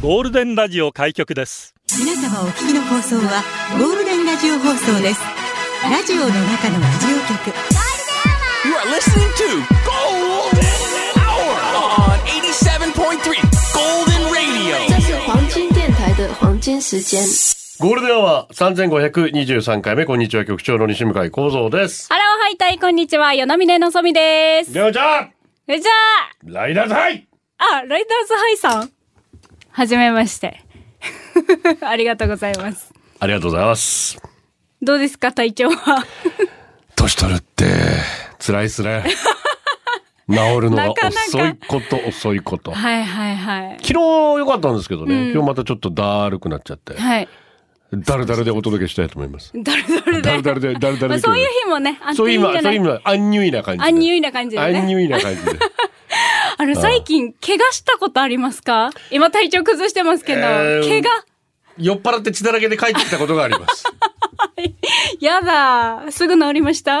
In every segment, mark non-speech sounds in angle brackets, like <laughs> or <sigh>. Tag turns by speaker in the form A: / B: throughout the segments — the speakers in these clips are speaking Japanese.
A: ゴールデンラジオ開局です
B: 皆様お聞きの放送はゴールデンラジオ放送ですラジオの中のラジオ局
C: You are listening to Golden Hour on 87.3 Golden Radio.
D: 这是黄金电台的黄金时间。
E: ゴールデンは三千五百二十三回目こんにちは局長の西向井光三です。
F: ハローハイタイこんにちは、よなみねのぞみです。じゃ
E: りょうちゃん
F: あ、
E: ライダーズハイ
F: あ、ライダーズハイさん。はじめまして。 <laughs> ありがとうございます。
E: ありがとうございます。
F: どうですか、体調は。
E: 年取るって辛いっす <laughs> ね。治るのが遅いこと遅いこと。昨
F: はいはいはい。
E: 日良かったんですけどね、今日またちょっとだるくなっちゃって、
F: はい。
E: だるだるでお届けしたいと思います。
F: だるだるで。
E: だるだるで、だるだる
F: ま
E: で
F: あ、
E: 今
F: そ
E: 日ね。
F: ういう日もね、あっ
E: そう
F: て
E: い
F: いういんじ
E: 今、
F: ゃ
E: そう
F: な
E: いう
F: い
E: 今、アンニュイな感じで。
F: アンニュイな感じで
E: アンニ
F: ね。
E: ュイな感じ <laughs> で。
F: あの、最近、怪我したことありますか今体調崩してますけど、
E: えー
F: 怪我
E: 酔っ払って血だらけで帰ってきたことがあります。 <laughs>
F: やだ。すぐ治りました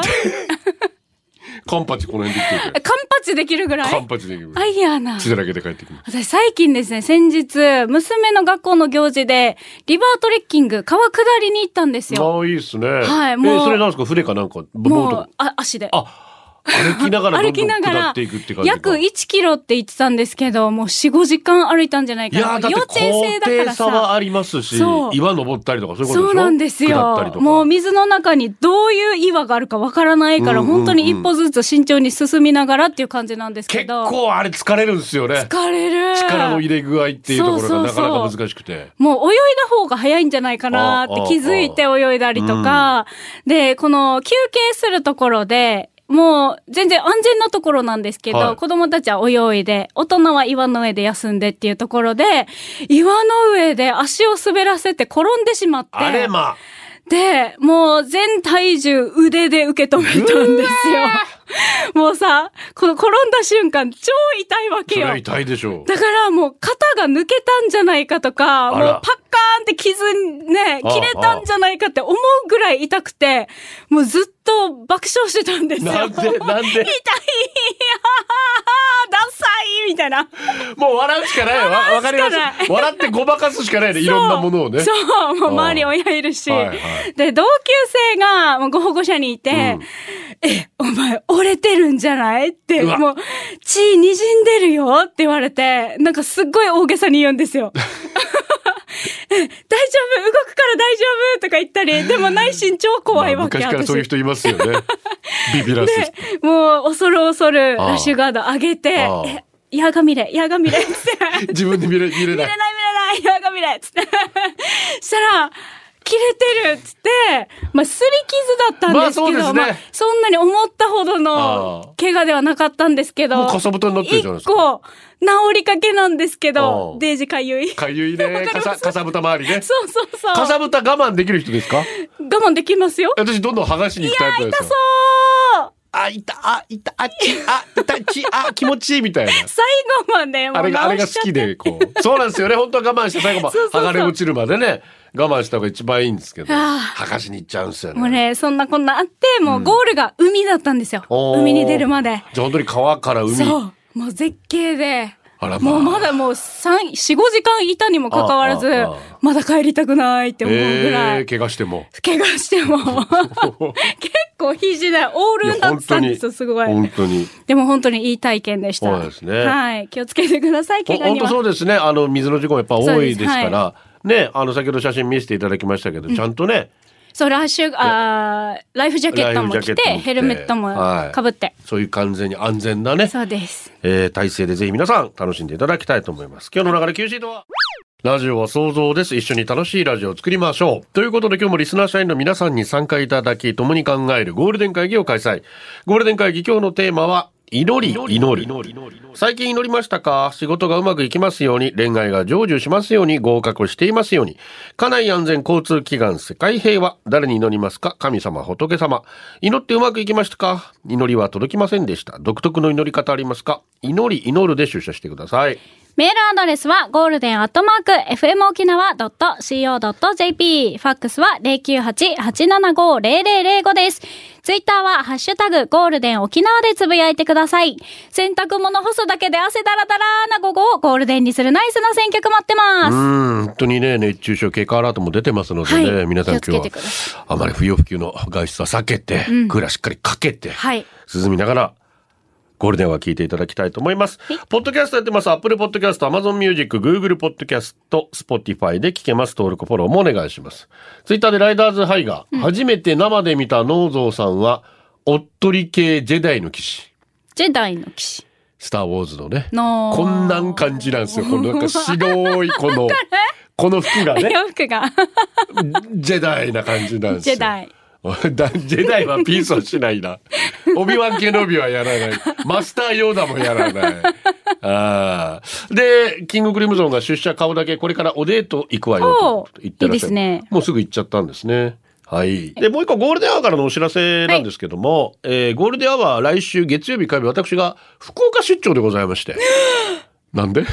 F: <laughs> あ
E: カンパチこの辺で来て
F: カンパチできるぐら
E: カン
F: い
E: パチできる。
F: あ、いやな。
E: 血だらけで帰ってきます。
F: 私最近ですね、先日、娘の学校の行事で、リバートレッキング、川下りに行ったんですよ。
E: ああ、いいっすね。
F: はい
E: え
F: もう
E: それなんですか船かなんか、ボ
F: も
E: ート
F: う、あ、足で。
E: 歩きながらど
F: 歩
E: んど
F: き
E: ん
F: なが
E: 下っ
F: ら
E: ていくって感、じか。
F: 約1キロって言ってたんですけど、もう4、5時間歩いたんじゃない
E: い
F: かな。
E: やーだって
F: 幼稚園生だか
E: 高
F: ら
E: 低差は
F: さ。
E: ありますし、
F: そう
E: 岩登ったりとかそういうことでしょ
F: そうなんです
E: 下ったり
F: よ。
E: とか。
F: もう水の中にどういう岩があるかわからないから、
E: うんうんうん
F: 本当に一歩ずつ慎重に進みながらっていう感じなんですけ
E: 結
F: ど。
E: 構あれ疲れるんですよね。
F: 疲れる。
E: 力の入れ具合っていうところがなかなか難しくて。
F: もう泳いだ方が早いんじゃないかなって気づいて泳いだりとか、で、この休憩するところで、もう全然安全なところなんですけど、
E: はい
F: 子供たちは泳いで、大人は岩の上で休んでっていうところで、岩の上で足を滑らせて転んでしまって、
E: あれまあ、
F: で、もう全体重腕で受け止めたんですよ。もうさ、この転んだ瞬間超痛いわ
E: そ
F: け
E: れ
F: よ。
E: は痛いでしょう。
F: だからもう肩が抜けたんじゃないかとか、も
E: あ
F: う
E: ら
F: パッカーンって傷ね、
E: ああ
F: 切れたんじゃないかって思うぐらい痛くて、もうずっと爆笑してたんですよ。
E: なんで、なんで
F: <laughs> 痛い、ダサいみたいな。
E: もう笑うしかないわ。わかります
F: しかな。い
E: 笑ってごまかすしかないね。いろんなものをね。
F: そう、もう周り
E: ああ
F: 親いるし。
E: はいは
F: で、同級生が、もうご保護者にいて、え、お前、折れてるんじゃないって、
E: うわ
F: もう、血滲んでるよって言われて、なんかすっごい大げさに言うんで
E: <laughs>
F: すよ。え大丈夫動くから大丈夫とか言ったり、でも内心超怖い
E: まあ
F: わけ、
E: 昔からそういう
F: 私。
E: 人いますよね。ビビらす人。
F: もう、恐る恐る、
E: ああ
F: ラッシュガード上げて、
E: ああ
F: え、矢が見れ、矢が見れ、って。
E: 自分で見れ見れな
F: 見れ
E: い
F: な。い見 <laughs> れない岩が見れっつってしたら切れてるっつって、まあ、すり傷だったんですけど、
E: まあそうですね
F: そんなに思ったほどの怪我ではなかったんですけど、
E: もうかさぶたになってるじゃないです
F: 一
E: か。
F: 個、治りかけなんですけ
E: あ
F: ど
E: あ、
F: デージかゆい。
E: かゆいね。かさ、かさぶた周りね。
F: <laughs> そうそうそう。
E: かさぶた我慢できる人ですか
F: 我慢できますよ。
E: 私どんどん剥がしに行くタイプなんですよ。
F: そう
E: あ、痛あ、痛あ、ち、あ、痛ち、あ、気持ちいいみ
F: <laughs>
E: たいな。
F: 最後までも
E: あ
F: う
E: れ
F: 治しち
E: が、
F: ゃ
E: あ
F: っ
E: れが好きで、こう。そうなんですよね。本当は我慢して最後まで
F: そうそうそう
E: 剥がれ落ちるまでね、我慢した方が一番いいんですけど、
F: あ
E: 剥がしに行っちゃうんですよ
F: もう
E: ね。
F: ね、そんなこんなあって、もうゴールが海だったんですよ。
E: おー
F: 海に出るまで。
E: じゃあ本当に川から海。
F: そう。もう絶景で。
E: あらまあ
F: もうまだもう3、4、5時間いたにもかかわらず
E: ああああ、
F: まだ帰りたくないって思うぐら
E: え
F: い
E: ー、。怪我しても。
F: 怪我して
E: <laughs>
F: も。結構肘でオールになってたんですよ、すごい。
E: 本当に。
F: でも本当にいい体験でした。
E: そうですね
F: はい。気をつけてください、怪我
E: 本
F: に
E: 当
F: は。
E: そうですね。あの、水の事故やっぱ多いですから、
F: そうです
E: ね、あの、先ほど写真見せていただきましたけど、ちゃんとね、
F: そう、ラッシュ、あーライフジャケットも
E: ライフジャ
F: 着
E: ケットも着
F: て、
E: て
F: ヘルメットも
E: はい
F: 被って。
E: そういう完全に安全なね、
F: そうです。
E: えー体制でぜひ皆さん楽しんでいただきたいと思います。今日の流れ QC とはラジオは想像です。一緒に楽しいラジオを作りましょう。ということで今日もリスナー社員の皆さんに参加いただき、共に考えるゴールデン会議を開催。ゴールデン会議今日のテーマは、祈り、祈り。最近祈りましたか仕事がうまくいきますように、恋愛が成就しますように、合格していますように。家内安全交通祈願世界平和。誰に祈りますか神様、仏様。祈ってうまくいきましたか祈りは届きませんでした。独特の祈り方ありますか祈り、祈るで出社してください。
F: メールアドレスはゴールデンアットマーク fmokinawa.co.jp。ファックスは098-875-0005です。ツイッターはハッシュタグゴールデン沖縄でつぶやいてください。洗濯物干すだけで汗だらだらな午後をゴールデンにするナイスな選曲待って
E: う
F: ます。
E: ん、本当にね、熱中症警戒アラートも出てますのでね、
F: はい
E: 皆さん
F: 気を
E: 今
F: つ
E: 日
F: けてくだ
E: は、あまり不要不急の外出は避けて、クーラーしっかりかけて、
F: はい
E: 涼みながら、ゴールデンは聞いていただきたいと思います。ポッドキャストやってます。Apple Podcast、Amazon Music、Google Podcast、Spotify で聞けます。登録、フォローもお願いします。Twitter でライダーズハイが、初めて生で見た能蔵さんは、おっとり系ジェダイの騎士。
F: ジェダイの騎士。
E: スター・ウォーズのね。
F: の
E: こんなん感じなんですよ。このなんか白い
F: <laughs>
E: この、この服がね、
F: 洋服が。
E: ジェダイな感じなんです
F: ジ
E: よ。
F: ェダイ。
E: だ <laughs> ジェダイはピースをしない
F: <laughs>
E: な。オビワン・ケノビはやらない。マスター・ヨーダもやらない。あーで、キング・クリムゾンが出社顔だけこれからおデート行くわよと言ってらっしゃる
F: おーいいですね
E: もうすぐ行っちゃったんですね。はい。で、もう一個ゴールデンアワーからのお知らせなんですけども、えーゴールデンアワー来週月曜日火曜日私が福岡出張でございま
F: <laughs>
E: して。なんで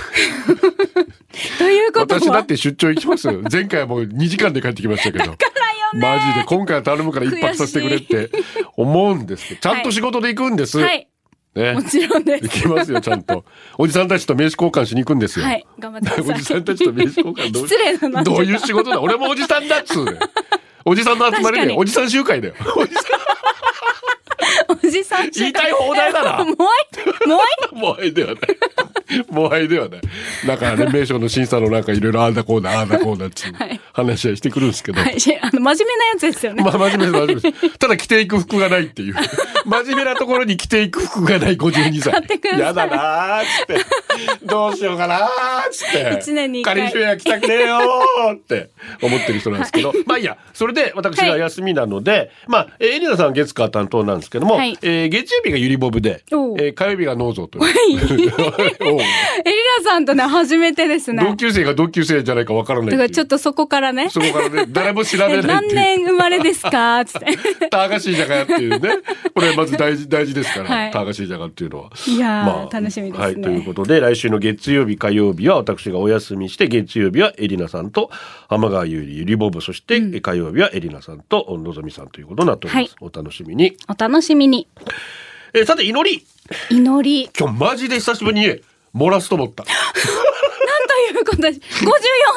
F: ということは。
E: 私だって出張行き
F: <laughs>
E: ますよ。前回はもう2時間で帰ってきましたけど。マジで今回は頼むから一泊させてくれって思うんですけど、ちゃんと仕事で行くんです。 <laughs>
F: はい。
E: ね
F: も。ちろんです。
E: 行きますよ、ちゃんと。おじさんたちと名刺交換しに行くんですよ。
F: はい。頑張ってくださ
E: お
F: い。
E: じさんたちと名刺交換どう
F: <laughs> 失礼だな。
E: どういう仕事だ俺もおじさんだっつう
F: <laughs>
E: ね。おじさんの集まり
F: 確
E: で、
F: かに
E: おじさん集会だよ。 <laughs> おじさん
F: おじさん
E: 言いたい放題だな
F: <laughs> もう一、もう
E: もういではない。もういではない。だからね、名称の審査のなんかいろいろああだこうだ、ああだこうだっつう
F: い
E: 話し合いしてくるんですけど。
F: 一。はいし、あの、真面目なやつですよ
E: <laughs>
F: ね。
E: まあ、真面目です、真面目です。ただ着ていく服がないっていう。 <laughs> 真面目なところに着ていく服がない52歳。
F: 買ってください
E: やだなーっつって。どうしようかなーっつって。
F: 一年に一回
E: 仮着着たくねえよーって思ってる人なんですけど。まあいいや、それで私が休みなので、まあ、えーエリナさんは月火担当なんですけども、
F: はい
E: えー月曜日がゆりボブで、え
F: おう
E: ー火曜日がノーゾー
F: <laughs>
E: という。おう
F: エリラさんとね、初めてですね。
E: 同級生が同級生じゃないかわからないって
F: だ
E: い
F: か
E: う。
F: らちょっとそこからね。
E: そこからね、誰も調べないっ
F: え
E: て
F: <laughs> 何
E: いう。
F: 年生まれですか
E: <laughs>
F: つって。
E: ターガシージャガっていうね。これまず大事、大事ですから、
F: はい
E: ターガシージャガっていうのは。
F: いやー楽しみですね
E: はい、ということで、来週の月曜日、火曜日は私がお休みして、月曜日はエリナさんと、浜川優里、ゆりぼぶ、そして、火曜日はエリナさんと、のぞみさんということになっております。お楽しみに。
F: お楽しみに。
E: えーさて、祈り。
F: 祈り。
E: 今日マジで久しぶりに、漏らすと思った。
F: なんということで、54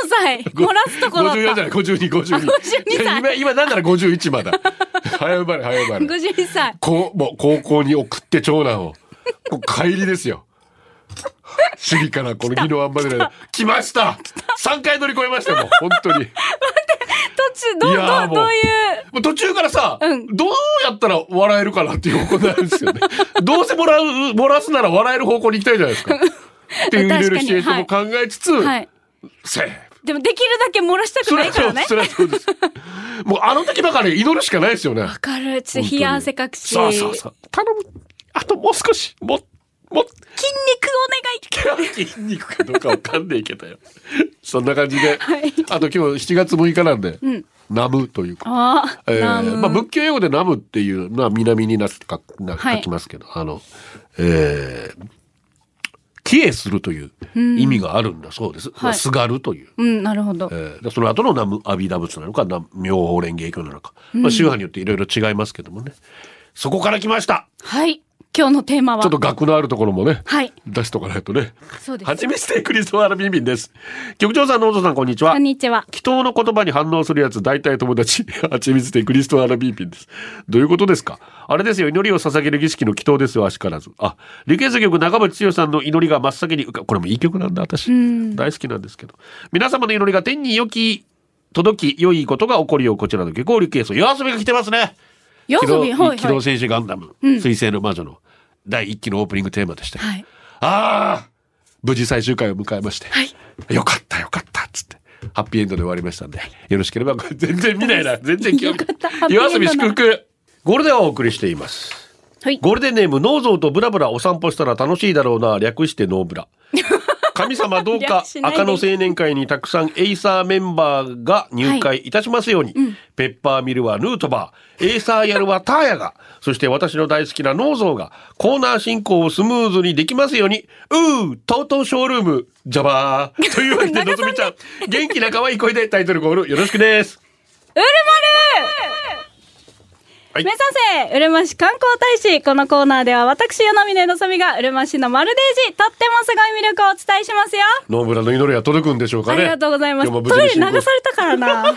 F: 歳。漏らすところだ
E: 54じ
F: っ
E: ゃない、52、52。
F: 52歳
E: いや今、今なんなら51まだ。 <laughs> 早生まれ、早生ま
F: た。
E: れ。
F: 51歳。
E: こうもう高校に送って長男をこう帰りですよ市議からこの宜野湾までの来ました3回乗り越えましたよもう本当に
F: 途中、どう、
E: いやーもう
F: どう、どういう。
E: もう途中からさ、
F: うん
E: どうやったら笑えるかなっていう方向になるんですよねどうせもらう漏らすなら笑える方向に行きたいじゃないですかっていういろいろシチュエーションも考えつつ、
F: はい。
E: セーフ
F: でもできるだけ漏らしたく
E: そ
F: な
E: れ
F: い
E: は
F: か
E: そ
F: ら
E: うで
F: ね
E: す。それはそうですもうあの時ばかり祈るしかないですよね
F: わかる。ちょっと冷や汗かくし。
E: そうそうそう頼むあともう少しもうもう
F: 筋肉お願い。
E: 筋肉かどうかわかんないけどよ。そんな感じで、
F: はい
E: あと今日7月6日なんで、ナムというか。
F: ああ、
E: えー
F: ナム
E: まあ、仏教用語でナムっていうのは南になって書くな
F: はい
E: 書きますけど、あの、えー、帰依するという意味があるんだそうです。
F: はい
E: すがるという。
F: うん、なるほど
E: え。ーでその後のナム阿弥陀仏なのかな妙法蓮華経なのか、まあ、宗派によっていろいろ違いますけどもねそこから来ました
F: はい。今日のテーマは。
E: ちょっと額のあるところもね、
F: はい
E: 出しとかないとね。
F: そうです
E: はじめしてクリストファーラビンビンです。局長さん、ノートさん、こんにちは。
F: こんにちは。
E: 祈祷の言葉に反応するやつ、大体友達、 <laughs> はちみつでクリストファーラビンビンです。どういうことですかあれですよ、祈りを捧げる儀式の祈祷ですよ、あしからず。あ、リクエスト曲、中渕剛さんの祈りが真っ先に浮かこれもいい曲なんだ、私。大好きなんですけど。皆様の祈りが天に良き、届き、良いことが起こるよう、こちらの下校リクエスト。夜遊びが来てますね。
F: 夜遊び、
E: 機
F: は
E: 動
F: い、
E: 機
F: は
E: 動
F: い。
E: 戦士ガンダム、水星の魔女の第一期のオープニングテーマでしたよ。
F: はい
E: ああ無事最終回を迎えまして、よかったよかったっつって、ハッピーエンドで終わりましたんで、よろしければ、これ全然見ないな、全然興
F: <laughs> よ
E: 味
F: かったハッピーエン
E: 夜
F: ドな
E: 遊び祝福、ゴールデンをお送りしています。
F: はい。 <laughs>
E: ゴールデンネーム、ノーゾーとブラブラお散歩したら楽しいだろうな、略してノーブラ。神様どう
F: 略
E: か
F: しないで
E: 赤の青年会にたくさんエイサーメンバーが入会いたしますように、ペッパーミルはヌートバーエイサーやるはターヤがそして私の大好きなノーゾーがコーナー進行をスムーズにできますようにうー TOTO ショールームジャバーというわけ
F: <laughs>
E: でのぞみちゃん元気な可愛い声でタイトルコールよろしくです。
F: うるまる
E: はい
F: 目指せうるま市観光大使このコーナーでは私矢野ののぞみがうるま市のマルデージとってもすごい魅力をお伝えしますよ
E: ノーブラの祈りは届くんでしょうか
F: あ
E: ね。
F: りがとうございます。
E: 今日も
F: ト
E: 無事
F: イ
E: に進
F: レ
E: 行
F: 流されたか
E: <laughs>
F: らな。流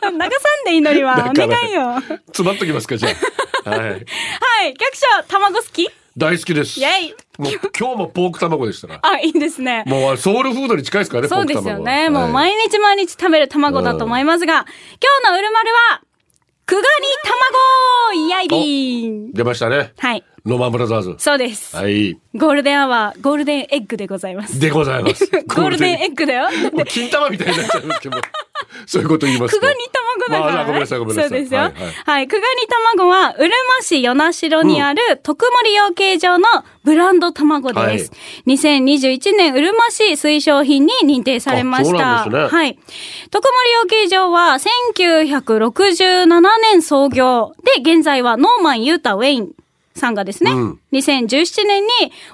F: さんで祈りは。お
E: だ
F: 願
E: から
F: いよ。は
E: <laughs> 詰まっときますかじゃあ。はい。
F: い。局長、卵好きイ
E: 大好きです。
F: ェイ。
E: もう今日もポーク卵でしたら。
F: あ、いいですね。
E: もうソウルフードに近いですからね。
F: そうですよね。もう
E: 前
F: 毎日毎日食べる卵だと思いますが、今日のうるまるは、くがに卵イエイビーン
E: 出ましたね。
F: はい。
E: ロマンブラザーズ。
F: そうです。
E: はい。
F: ゴールデンアワー、ゴールデンエッグでござ
E: <laughs>
F: います。
E: でございます。
F: <laughs> ゴールデンエ
E: ッ
F: ッグだよ。
E: グ。も <laughs> う金玉みたいになっちゃうんです
F: <laughs>
E: けど。そういうこと言います
F: く
E: と。
F: がに卵だから、ね
E: まあごめんなさいごめんなさい
F: そうですよ。
E: は
F: はいい、
E: はい
F: くがに卵は、うるま市与那城にある特盛養鶏場のブランド卵です。2021年うるま市推奨品に認定されました。
E: あそうなんですね
F: はい。特盛養鶏場は、1967年創業で、現在はノーマン・ユータ・ウェイン。さんがですね、
E: うん
F: 2017年に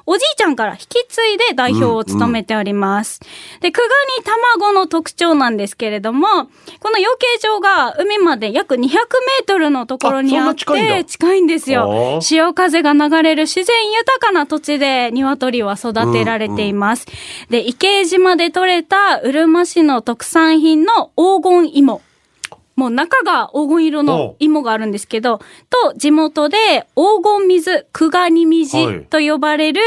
F: おじいちゃんから引き継いで代表を務めております。で、くがに卵の特徴なんですけれども、この養鶏場が海まで約200メートルのところに
E: あそん
F: あ
E: な
F: って、
E: 近いんだ
F: 近いんです
E: ああ
F: よ。潮風が流れる自然豊かな土地で鶏は育てられています。で、池江島で採れたうるま市の特産品の黄金芋。もう中が黄金色
E: おう
F: の芋があるんですけど、と地元で黄金水、くがにみ
E: はい
F: じと呼ばれる、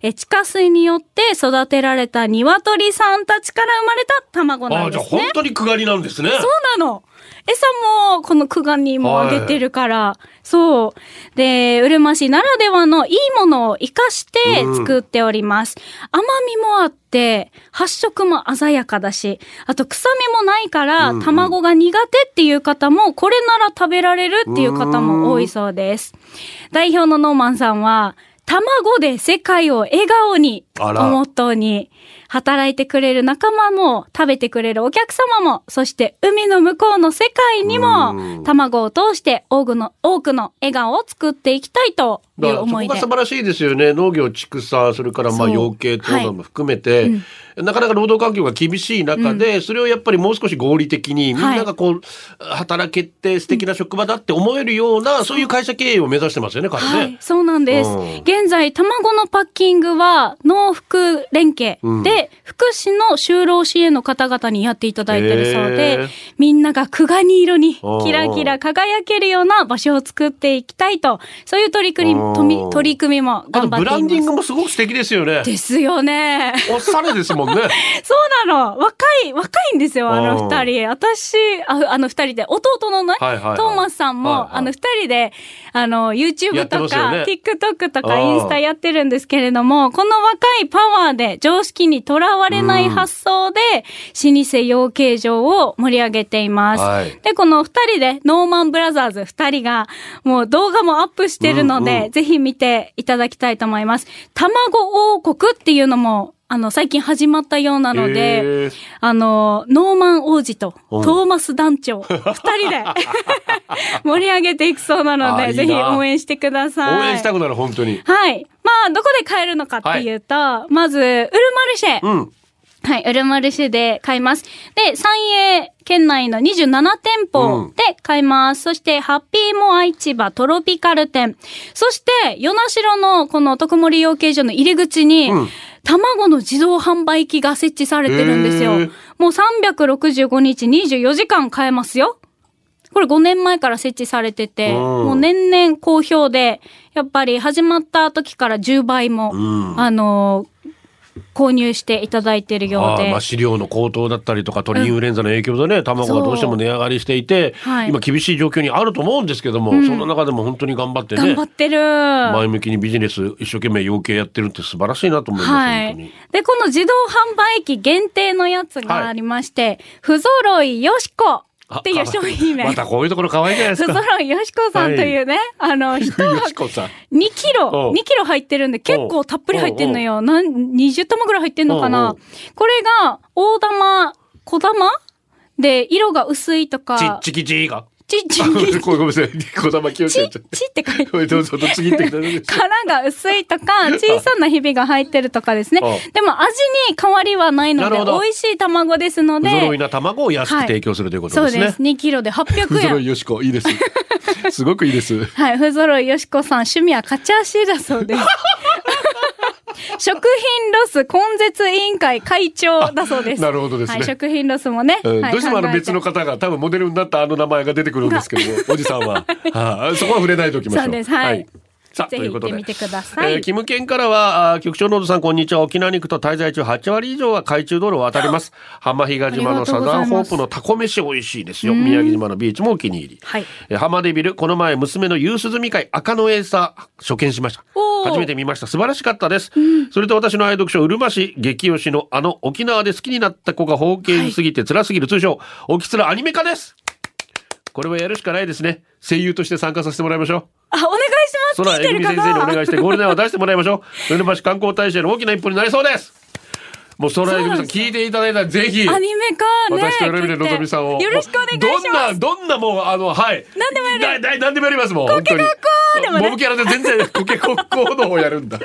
F: え地下水によって育てられた鶏さんたちから生まれた卵
E: あ
F: な
E: あ、
F: ん
E: じ
F: で
E: ゃあ
F: すね
E: 本。当にくがりなんですね。
F: そうなの。餌も、このクガにもあげてるから、そう。で、うるま市ならではのいいものを活かして作っております。甘みもあって、発色も鮮やかだし、あと臭みもないから、卵が苦手っていう方も、これなら食べられるっていう方も多いそうです。代表のノーマンさんは、卵で世界を笑顔に
E: あら
F: をモットーに、働いてくれる仲間も、食べてくれるお客様も、そして海の向こうの世界にも、卵を通して多くの、多くの笑顔を作っていきたいとい
E: だ
F: う
E: からそ
F: 思
E: こ
F: いで
E: が。素晴らしいですよね農業畜産それからまあ
F: そう
E: 養鶏等々も含めて、なかなか労働環境が厳しい中で、それをやっぱりもう少し合理的にみんながこう、働けて素敵な職場だって思えるような、そういう会社経営を目指してますよね彼ね、
F: はい、そうなんです。
E: うん
F: 現在、卵のパッキングは、農福連携で、福祉の就労支援の方々にやっていただいてるそう
E: へー
F: で、みんながくがに色に
E: うんうん、
F: キラキラ輝けるような場所を作っていきたいと、そういう取り組
E: うん
F: み、とみ取り組みも
E: あと
F: 頑張っています。
E: ブランディングもすごく素敵ですよね
F: ですよね。
E: おしゃれですもんね
F: <laughs> そうなの。若い、若いんですよ、あの二人。私、ああの二人で、弟のね、
E: はいはいはい
F: トーマスさんも、
E: はいはい
F: あの二人で、あの、
E: や
F: YouTube
E: ってま
F: と
E: すよ
F: か、
E: ね
F: TikTok と
E: あ
F: か、
E: ー
F: インスタやってるんですけれども、この若いパワーで、常識にとらわれない発想で、老舗養鶏場を盛り上げています。
E: はい
F: で、この二人で、ノーマンブラザーズ二人が、もう動画もアップしてるので、
E: うんう
F: ぜひ見ていただきたいと思います。卵王国っていうのも、あの、最近始まった <laughs> ようなので、
E: へー
F: あの、ノーマン王子と
E: うん
F: トーマス団
E: <laughs>
F: 長、二人で盛り上げていくそうなの
E: あいい
F: で、
E: な
F: ぜひ応援してくださ
E: 応
F: い。
E: 援したくなる本当に
F: はい。まあ、どこで買えるのかっていうと、まず、ウルマルシェ。
E: うん
F: はい、ウルマルシェで買います。で、三栄県内の27店
E: う
F: 舗
E: ん
F: で買います。そして、ハッピーモア市場トロピカル店。そして、与那城のこの特盛養鶏場の入り口に、
E: うん
F: 卵の自動販売機が設置されてるんですよ
E: へー。
F: もう365日24時間買えますよ。これ5年前から設置されてて、
E: うん
F: もう年々好評で、やっぱり始まった時から10倍も、
E: ん
F: あのー購入していただいてるよう
E: ああ
F: で。
E: まあ飼料の高騰だったりとか鳥インフルエンザの影響でね、卵がどうしても値上がりしていて、
F: はい
E: 今厳しい状況にあると思うんですけども、そんな中でも本当に頑張ってね
F: 頑張ってる。
E: 前向きにビジネス一生懸命養鶏やってるって素晴らしいなと思います、
F: は
E: 本当に
F: い。で、この自動販売機限定のやつがありまして、不揃いよしこっていう商品名。
E: またこういうところ可愛いじゃないで
F: そ
E: す
F: ぞ
E: か。
F: ろんよしこさんというね、
E: <laughs>
F: あの、一
E: よし
F: 箱
E: こさん。
F: 2キ
E: う
F: ロ、
E: ん
F: 2キロ入ってるんで、結構たっぷり入ってんのよ。なん20玉ぐらい入ってんのか
E: うん
F: な
E: う
F: これが、大玉、小玉で、色が薄いと
E: ち
F: か
E: っ、ちきちーが。
F: ちっ
E: <laughs>
F: ち
E: あごめん
F: ぎ、
E: ごめんなさい。小玉清
F: ち
E: ちゃ
F: っ
E: んちゃん。
F: ちって
E: <laughs>
F: 書い
E: これ
F: て。
E: どうぞ、どうぞ次行ってください。
F: 殻が薄い
E: <laughs>
F: とか、小さなひびが入ってるとかですね
E: う。
F: でも味に変わりはないの
E: なる
F: で、
E: ほど
F: 美味しい卵ですの
E: 不
F: で、
E: 揃いな卵を安く提供するということ
F: そう
E: ですね。
F: です。2キロで800
E: 不揃い
F: 円。
E: よしこ、いい
F: <laughs>
E: です。すごくいいです。
F: はい、ふぞろいよしこさん、趣味は勝ち足だそ
E: <laughs>
F: うです。食品ロス根絶委員会会長だそうで
E: <laughs>
F: す。
E: なるほどですね
F: はい、食品ロスもね。
E: うん
F: はい
E: どうしてもあの
F: 考えて
E: 別の方が多分モデルになったあの名前が出てくるんですけど
F: <laughs>
E: も、おじさんは、はあそこは触れないときましょう。
F: そうですはい
E: さあ、と
F: ぜひ
E: いう
F: 行
E: こ
F: っ
E: と
F: て
E: で
F: み。てください。
E: えー、キム県からは、あー局長ノードさん、こんにちは。沖縄に行くと滞在中8割以上は海中道路を渡ります。浜比嘉島のサザンホープのタコ飯美味しいですよ。宮城島のビーチもお気に入り。
F: はい
E: えー浜デビル、この前娘の夕涼み会、赤のエーサー、初見しました。
F: おー
E: 初めて見ました。素晴らしかったです。それと私の愛読書、うるま市、激推しのあの沖縄で好きになった子が方形すぎて辛すぎる、通称、沖つらアニメ化です。これはやるしかないですね。声優として参加させてもらいましょう。
F: あ、お願いし
E: そ
F: ま
E: ら
F: す。聞い
E: え
F: て
E: り
F: る
E: み
F: か
E: 先
F: な
E: 生にお願いしてゴールデンを出してもらいましょう。うるま市観光大使への大きな一歩になりそうです。もうそらえりみさん聞いていただいたらぜひ。
F: アニメかね。
E: 私とルミでのぞみさんを。
F: よろしくお願いします。
E: どんな、どんなもう、あの、はい。
F: 何でもやる
E: だだ何でもやります、もう。本当に。
F: 校でもね
E: モブキャラで全然、コケコッコーの方やるんだ。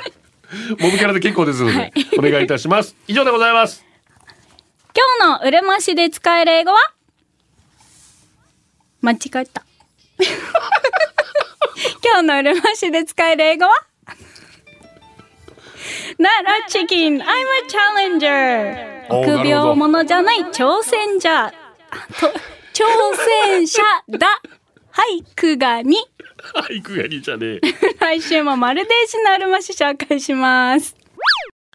E: モブキャラで結構ですので、
F: はい
E: お願いいたします。以上でございます。
F: 今日のうるま市で使える英語は間違え
E: <laughs>
F: た。今日のうるま市で使える英語は Not a chicken, I'm a challenger.
E: おー
F: 臆
E: なるほど
F: 病者じゃない挑戦者。あと挑戦者だ。はい、くがに。
E: はい、くがにじゃねえ。
F: 来週もまるで市のうるま市紹介します。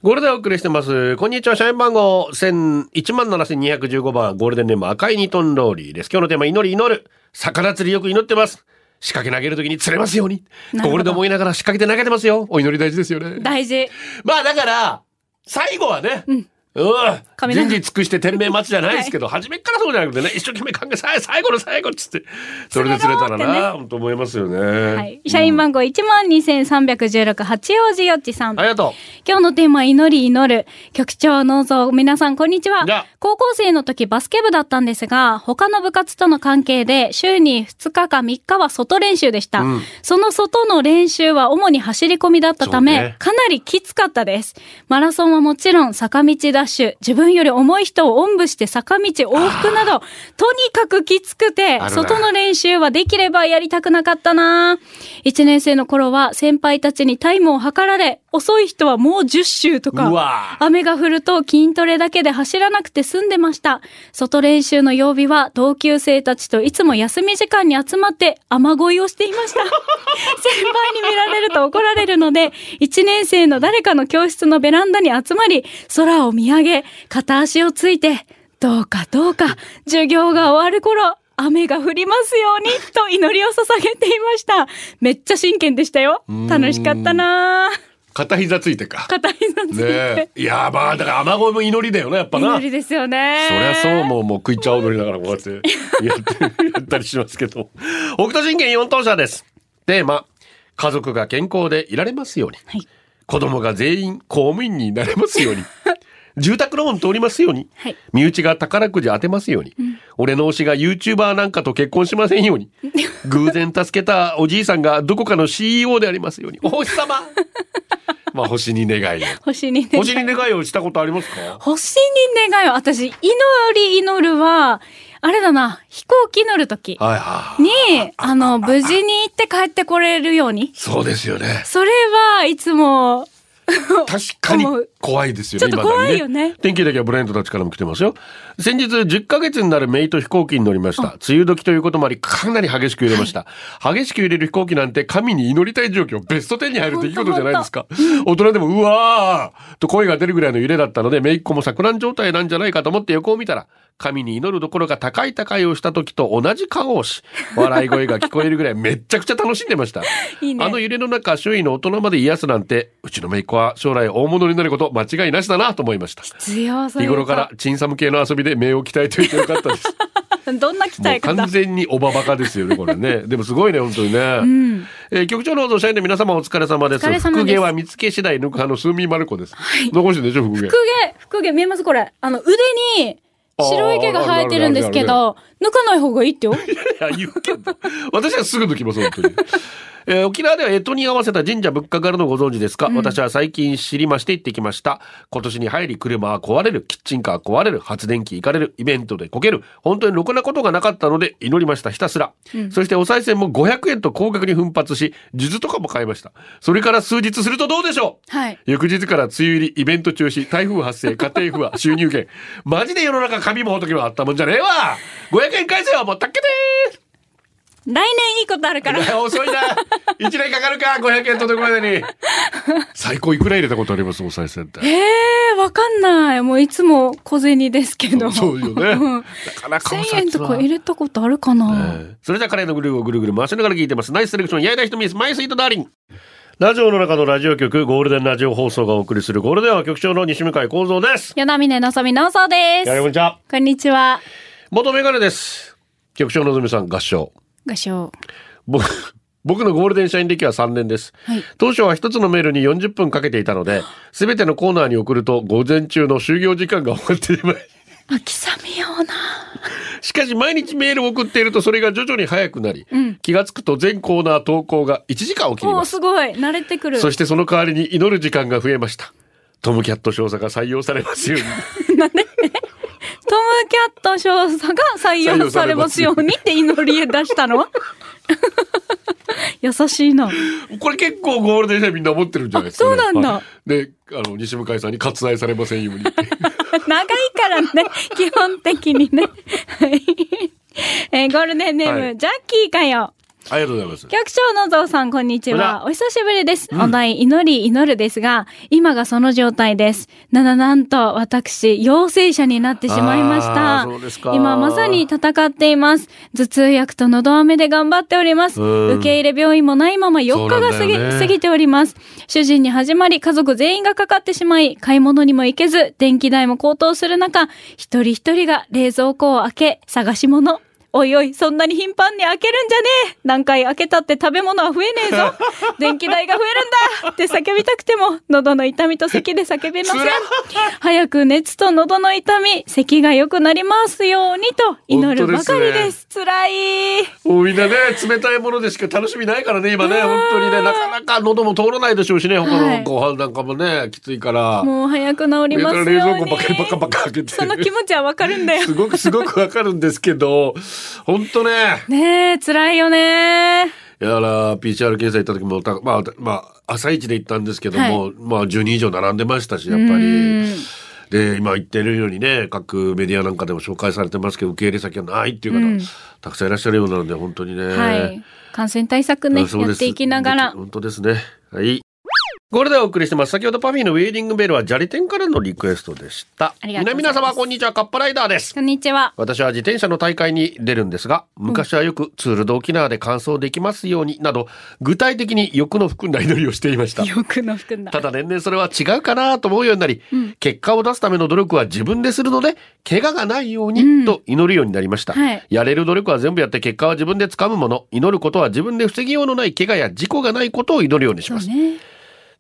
E: ゴールデンお送りしてます。こんにちは、社員番号1000 17,215番、ゴールデンネーム赤いニトンローリーです。今日のテーマ、祈り祈る。魚釣りよく祈ってます。仕掛け投げるときに釣れますように。
F: なるほ
E: 心
F: ど
E: で思いながら仕掛けて投げてますよ。お祈り大事ですよね。
F: 大事。
E: まあだから、最後はね、うん。
F: 神
E: 人
F: 頼み
E: 尽くして天命待ちじゃないですけど、初めっからそうじゃなくてね、一生懸命考え、さあ最後の最後っつって、それで釣れたら
F: 釣れろって
E: な、と思いますよね。
F: は。
E: はい
F: 社員番号12,316八王子よっちさん。
E: ありがとう。
F: 今日のテーマ、祈り祈る。局長、農蔵、皆さん、こんにちは
E: じゃあ。
F: 高校生の時、バスケ部だったんですが、他の部活との関係で、週に2日か3日は外練習でした。その外の練習は主に走り込みだったため、
E: そうね
F: かなりきつかったです。マラソンはもちろん、坂道ダッシュ、自分より重い人をおんぶして坂道往復など、とにかくきつく
E: あ
F: て
E: る、な
F: 外の練習はできればやりたくなかったな一年生の頃は先輩たちにタイムを測られ、遅い人はもう10周と
E: う
F: か
E: わ、
F: 雨が降ると筋トレだけで走らなくて済んでました。外練習の曜日は同級生たちといつも休み時間に集まって雨乞いをしていました。先輩に見られると怒られるので、一年生の誰かの教室のベランダに集まり、空を見上げ、片足をついて、どうかどうか、授業が終わる頃、雨が降りますように、と祈りを捧げていました。めっちゃ真剣でしたよ。楽しかったなぁ。
E: 片膝ついてか。
F: 片膝つい
E: ね
F: て
E: え。。いやーまあ、だから雨乞いも祈りだよね、やっぱな。
F: 祈りですよね。
E: そりゃそうもうもう食いちゃおどりながらこうやっ
F: <laughs>
E: てやってやったりしますけど北斗神拳4等車ですテーマ家族が健康でいられますように、
F: はい
E: 子供が全員公務員になれます
F: <laughs>
E: ように住宅ローン通りますように、
F: はい
E: 身内が宝くじ当てますように、俺の推しが YouTuber なんかと結婚しませんよ
F: <laughs>
E: うに偶然助けたおじいさんがどこかの CEO であります
F: <laughs>
E: ようにお星様まあ星に願いを
F: 星に願い。
E: 星に願いをしたことあります
F: <laughs>
E: か
F: 星に願いは、私、祈り祈るは、あれだな、飛行機乗るとき
E: はいはい
F: に、あの、無事に行って帰ってこれるように。
E: そうですよね
F: それはいつも、
E: 確かに
F: 思う
E: 怖いですよね。
F: ちょっと怖いよね
E: 未だに天気だけはブレンドたちからも来てますよ。先日、10ヶ月になるメイト飛行機に乗りました。梅雨時ということもあり、かなり激しく揺れました。激しく揺れる飛行機なんて、神に祈りたい状況、ベスト10に入る出来事じゃないですか。大人でも、うわーと声が出るぐらいの揺れだったので、めいっ子も錯乱状態なんじゃないかと思って横を見たら、神に祈るどころか高い高いをした時と同じ顔をし、笑い声が聞こえるぐらいめっちゃくちゃ楽しんでました。
F: いいね
E: あの揺れの中、周囲の大人まで癒やすなんて、うちの姪っ子は将来大物になること間違いなしだなと思いました。
F: 強そうい
E: 日
F: う
E: 頃から、チンサム系の遊びで目を鍛えておいてよかったです。
F: どんな <laughs> 鍛
E: も
F: え
E: う完
F: 方
E: 全におばばかですよね、これね。でもすごいね、本当にね。
F: ん
E: えー局長の社員の皆様お疲れ様です。
F: お疲れ様で
E: 福
F: す
E: 毛は見つけ次第抜く派のスーミーマルコです。残してるでしょ、福毛。
F: 福毛、福毛見えますこれ。あの、腕に白い毛が生えてるんですけ
E: あ
F: ど、抜かない方がいいってよ。
E: いや、言うけど。私はすぐ抜きます、本
F: <laughs>
E: 当に。えー沖縄では干支に合わせた神社仏閣があるのをご存知ですか、私は最近知りまして行ってきました。今年に入り車は壊れる、キッチンカー壊れる、発電機いかれる、イベントでこける、本当にろくなことがなかったので祈りました、ひたすら。そしてお賽銭も500円と高額に奮発し、数珠とかも買いました。それから数日するとどうでしょう
F: はい。
E: 翌日から梅雨入り、イベント中止、台風発生、家庭不安、収入 <laughs> 減。マジで世の中紙もほとけばあったもんじゃねえわ !500 円返せよもうたっけで
F: 来年いいことあるから。
E: ー遅 <laughs> いな !1 年かかるか !500 円届くまでに最高いくら入れたことありますお賽銭って。
F: えー、わかんない。もういつも小銭ですけ
E: <laughs>
F: ど。
E: そうよね。
F: うん
E: なかなかお札
F: 1000
E: は
F: 円とか入れたことあるかな、
E: ええそれではカレーのグルーをぐるぐる回しながら聞いてます。ナイスセレクション、やいだひとみです。マイスイートダーリン。ラジオの中のラジオ局、ゴールデンラジオ放送がお送りするゴールデンは局長の西向井幸三です。
F: よなみねのぞみのぞです
E: や。れこんにちは。
F: こんにちは。
E: 元メガネです。局長のぞみさん合唱。
F: 合唱。
E: 僕、僕のゴールデン社員歴は3年です。
F: はい
E: 当初は一つのメールに40分かけていたので、すべてのコーナーに送ると午前中の就業時間が終わってい <laughs> ます。
F: あ、刻みような。
E: しかし毎日メールを送っているとそれが徐々に早くなり、気がつくと全コーナー投稿が1時間起きり
F: お
E: ま
F: ー
E: す。
F: すごい。慣れてくる。 <laughs>
E: そしてその代わりに祈る時間が増えました。トムキャット少佐が採用されますように。
F: <laughs> トムキャット少佐が採用されますようにって祈り出したの <laughs> 優しいな。
E: これ結構ゴールデンでみんな思ってるんじゃないですか、ね。
F: あそうなんだ
E: はいで、あの、西向井さんに割愛されませんよう
F: <laughs>
E: に。
F: <laughs> 長いからね、 <laughs> 基本的にね。はいえーゴールデンネーム、
E: はい
F: ジャッキーかよ。
E: ありがとうございます。
F: 局長のぞうさん、こんにちは。
E: こ
F: お久しぶりです。お題、祈り、祈るですが、今がその状態です。な、な、なんと、私、陽性者になってしまいまし
E: あー
F: た
E: そうですか。
F: 今、まさに戦っています。頭痛薬と喉飴で頑張っております。
E: うん
F: 受け入れ病院もないまま4日が過ぎ,、
E: そうなんだよね
F: 過ぎております。主人に始まり、家族全員がかかってしまい、買い物にも行けず、電気代も高騰する中、一人一人が冷蔵庫を開け、探し物。おいおい、そんなに頻繁に開けるんじゃねえ何回開けたって食べ物は増えねえ
E: <laughs>
F: ぞ電気代が増えるんだって叫びたくても、喉の痛みと咳で叫べません
E: つら。
F: 早く熱と喉の痛み、咳が良くなりますようにと祈るばかりです。辛い。
E: もうみんなね、冷たいものでしか楽しみないからね、今ね、本当にね、なかなか喉も通らないでしょうしね、他
F: は
E: の
F: い
E: ご飯なんかもね、きついから。
F: <laughs> もう早く治り
E: 上
F: ま
E: か
F: す
E: ら
F: ように。
E: 冷蔵庫ばっかりバカバカ開けて。
F: その気持ちはわかるんだよ
E: す。ごくすごくわかるんですけど、本当ね、
F: ねえ、辛いよね。
E: だから PCR 検査行った時もた、まあ、まあ、朝一で行ったんですけども、まあ10人以上並んでましたし、やっぱり。で、今言ってるようにね、各メディアなんかでも紹介されてますけど、受け入れ先がないっていう方、
F: うん
E: たくさんいらっしゃるようなので、本当にね。
F: はい。感染対策ね、
E: あそう
F: や
E: で
F: っ
E: す
F: ていきながら。
E: 本当ですね。はい。これでお送りしてます。先ほどパフィーのウェーディングベルはジャリ店からのリクエストでした。
F: ありがとうございます
E: 皆々様こんにちは、カッパライダーです。
F: こんにちは。
E: 私は自転車の大会に出るんですが、昔はよくツールド沖縄で完走できますようになど、具体的に欲の含んだ祈りをしていました。
F: よくの服んだ
E: た。だ年々それは違うかなと思うようになり、結果を出すための努力は自分でするので、怪我がないようにと祈るようになりました。
F: はい
E: やれる努力は全部やって結果は自分で掴むもの、祈ることは自分で防ぎようのない怪我や事故がないことを祈るようにし
F: そう
E: ます。
F: ね。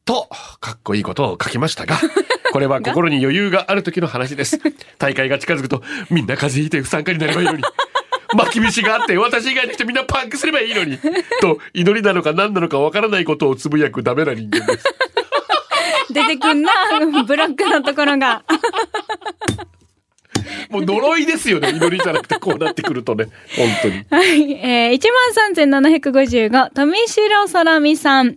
E: と、かっこいいことを書きましたが、 <laughs> これは心に余裕がある時の話
F: <laughs>
E: です。大会が近づくと、みんな風邪ひいて不参加になればいいのに。 <laughs> まきびしがあって、私以外の人みんなパンクすればいいのに。と、祈りなのか何なのかわからないことをつぶやくダメな人間です。
F: 出てくんな、ブラックなところが。
E: もう呪いですよね。祈りじゃなくてこうなってくるとね。本当に。
F: はい。えー、13,755、富城空美さん。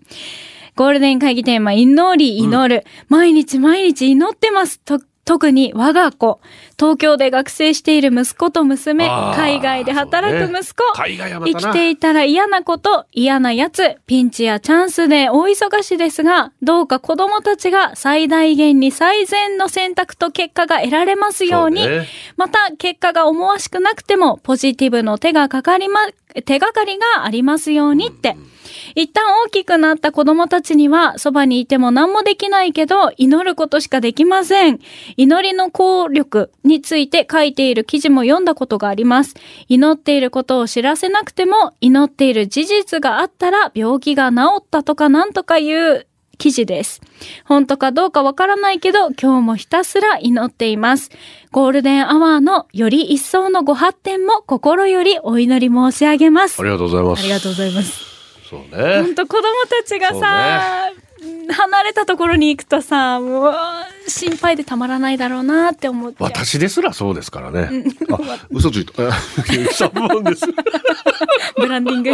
F: ゴールデン会議テーマ、祈り、祈る。毎日毎日祈ってます。と、特に我が子。東京で学生している息子と娘。
E: あー
F: 海外で働く息子。
E: そうね海外はまた
F: 生
E: な
F: きていたら嫌なこと、嫌なやつ、ピンチやチャンスで大忙しですが、どうか子供たちが最大限に最善の選択と結果が得られますように、
E: そうね
F: また結果が思わしくなくてもポジティブの手がかかりま、手がかりがありますようにって。一旦大きくなった子供たちには、そばにいても何もできないけど、祈ることしかできません。祈りの効力について書いている記事も読んだことがあります。祈っていることを知らせなくても、祈っている事実があったら、病気が治ったとかなんとかいう記事です。本当かどうかわからないけど、今日もひたすら祈っています。ゴールデンアワーのより一層のご発展も心よりお祈り申し上げます
E: あ。りがとうございます。
F: ありがとうございます。
E: そうね
F: 本。当子供たちがさ、離れたところに行くとさ、もう、心配でたまらないだろうなって思って。
E: 私ですらそうですからね。あ、嘘つい
F: <laughs>
E: た。3 <laughs> 番です。
F: ブランディ
E: <laughs>
F: ング。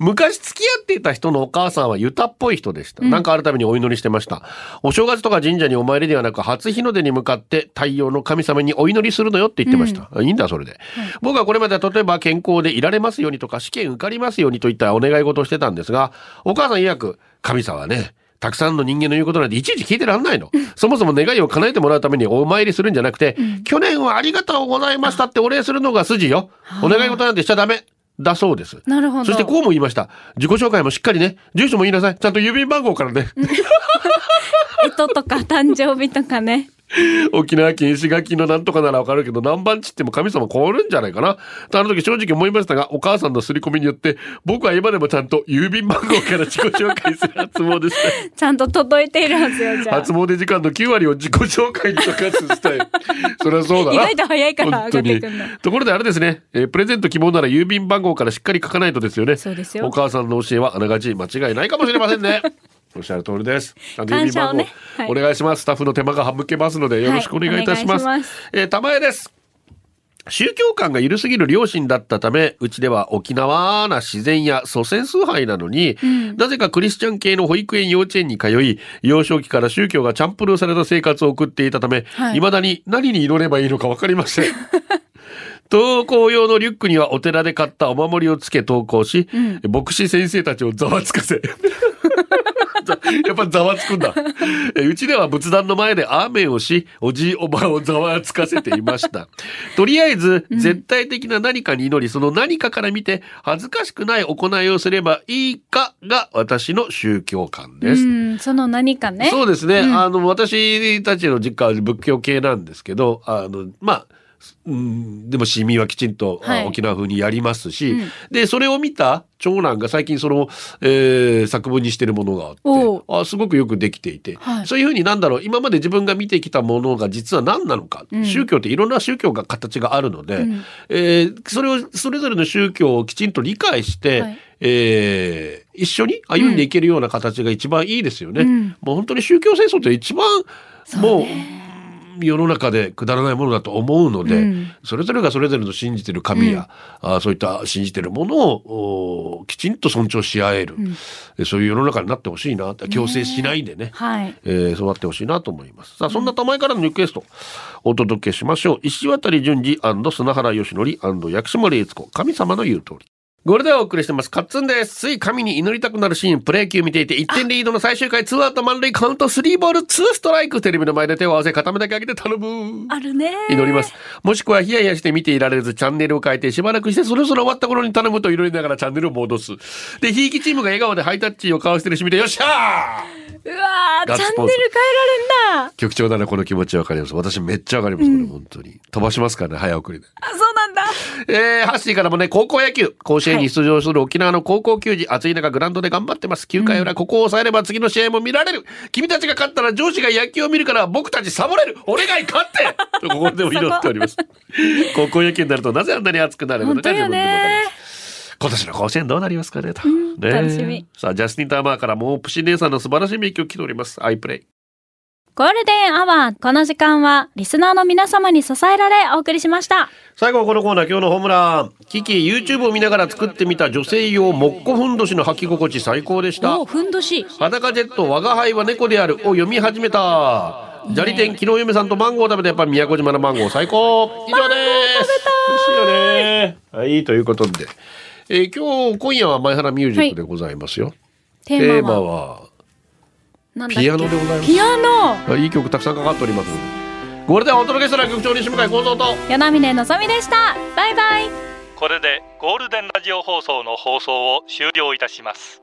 E: 昔付き合っていた人のお母さんはユタっぽい人でした。なんかあるたびにお祈りしてました。お正月とか神社にお参りではなく、初日の出に向かって太陽の神様にお祈りするのよって言ってました。いいんだ、それで、僕はこれまでは例えば健康でいられますようにとか、試験受かりますようにといったお願い事をしてたんですが、お母さん曰く、神様はね、たくさんの人間の言うことなんていちいち聞いてらんないの。そもそも願いを叶えてもらうためにお参りするんじゃなくて、去年はありがとうございましたってお礼するのが筋よ。お願い事なんてしちゃダメ。だそうです。
F: なるほど
E: そしてこうも言いました。自己紹介もしっかりね。住所も言いなさい。ちゃんと郵便番号からね。
F: えととか誕生日と
E: <laughs>
F: かね。
E: 沖縄県石垣のなんとかならわかるけど、何番地っても神様変わるんじゃないかな。とあの時正直思いましたが、お母さんの刷り込みによって、僕は今でもちゃんと郵便番号から自己紹介する発毛でした。
F: ちゃんと届いているはずよ、じゃあ。
E: 初詣時間の9割を自己紹介に溶かすスタイ
F: <laughs>
E: ル。そりゃそうだな。
F: 意外と早いから
E: 本当
F: 上
E: に
F: がってくんだ
E: ところであれですね、えープレゼント希望なら郵便番号からしっかり書かないとですよね。
F: そうですよ
E: お母さんの教えはあながち間違いないかもしれません
F: <laughs>
E: ね。おっしゃる通りです。ちゃんと郵便番号、
F: 感謝をねはい
E: お願いします。スタッフの手間が省けますのでよろしくお願いいたします。
F: はいお願いします
E: えー玉江です。宗教観が緩すぎる両親だったため、うちでは沖縄な自然や祖先崇拝なのに、なぜかクリスチャン系の保育園幼稚園に通い、幼少期から宗教がチャンプルーされた生活を送っていたため、
F: はい
E: い、未だに何に祈ればいいのかわかりま
F: <laughs>
E: せん。登校用のリュックにはお寺で買ったお守りをつけ登校し、牧師先生たちをざわつかせ。 <laughs> やっぱざわつくんだ。えうちでは仏壇の前でアーメンをし、おじいおばあをざわつかせていま
F: <laughs>
E: した。とりあえず、絶対的な何かに祈り、その何かから見て、恥ずかしくない行いをすればいいかが私の宗教観
F: う
E: です。
F: ん、その何かね。
E: そうですね。あの、私たちの実家は仏教系なんですけど、あの、まあ、うん、でも市民はきちんと、あ
F: はい
E: 沖縄風にやりますし、
F: うん
E: で、それを見た長男が最近その、えー作文にしてるものがあ
F: おう
E: って、あすごくよくできていて、
F: はい
E: そういうふうになんだろう、今まで自分が見てきたものが実は何なのか、
F: うん
E: 宗教っていろんな宗教が形があるので、
F: うん
E: えーそれを、それぞれの宗教をきちんと理解して、
F: はい
E: えー一緒に歩んでいけるような形が一番いいですよね。
F: うん
E: もう本当に宗教戦争って一番もう世の中でくだらないものだと思うので、
F: うん
E: それぞれがそれぞれの信じてる神や、あーそういった信じてるものをおーきちんと尊重し合える、そういう世の中になってほしいなって強制しないでね。
F: はい。
E: えー、育ってほしいなと思います。さあ、そんな玉井からのリクエスト、お届けしましょう。石渡淳二砂原義則薬師丸悦子、神様の言う通り。ゴールデンをお送りしてます。カッツンです。つい神に祈りたくなるシーン、プレイ級見ていて、1点リードの最終回、ツーアウト満塁、カウント3ボール、2ストライク。テレビの前で手を合わせ、片目だけ上げて頼む。
F: あるね。
E: 祈ります。もしくはヒヤヒヤして見ていられず、チャンネルを変えてしばらくして、そろそろ終わった頃に頼むと祈りながらチャンネルを戻す。で、ひいきチームが笑顔でハイタッチを交わしてるし見て、よっしゃー
F: うわー、
E: ガッ
F: チャン
E: ツ
F: ネル
E: ポ
F: 変
E: ー
F: え
E: ズ
F: られんだ。
E: 局長ならこの気持ちわかります。私めっちゃわかります。これ本当に。飛ばしますからね、早送りで。
F: あ、そうなんだ。
E: えー、ハッシーからもね、高校野球。甲子園に出場する沖縄の高校球児、暑い中グラウンドで頑張ってます。9回裏、ここを抑えれば次の試合も見られる。君たちが勝ったら上司が野球を見るから僕たちサボれる。お願い勝って <laughs> と心でも祈っております。高校野球になるとなぜあんなに熱くなるの
F: 本
E: か
F: 当
E: 自
F: よ
E: 分でもわかります
F: ね。
E: 今年の甲子園どうなりますかねと、
F: ん
E: ね
F: 楽しみ
E: さあ、ジャスティン・ターマーからもうプシ姉さんの素晴らしい名曲来ております。アイプレイ。
F: ゴールデンアワー、この時間は、リスナーの皆様に支えられ、お送りしました。
E: 最後はこのコーナー今日のホームランキキ YouTube を見ながら作ってみた女性用もっこふんどしの履き心地最高でした
F: おふんどし。
E: 裸ジェット我が輩は猫であるを読み始めた砂利店昨日嫁さんとマンゴーを食べてやっぱ宮古島のマンゴー最高以上です食べたいよねはいということで、えー今日今夜は前原ミュージックでございますよ、
F: テ
E: テー
F: ー
E: マ
F: マは、
E: は
F: なんだっけ
E: ピアノでございます
F: ピアノ
E: あいい曲たくさんかかっておりますのでこれではお届けしたら局長西向井幸三と
F: 柳峰のぞみでした。バイバイ。
A: これでゴールデンラジオ放送の放送を終了いたします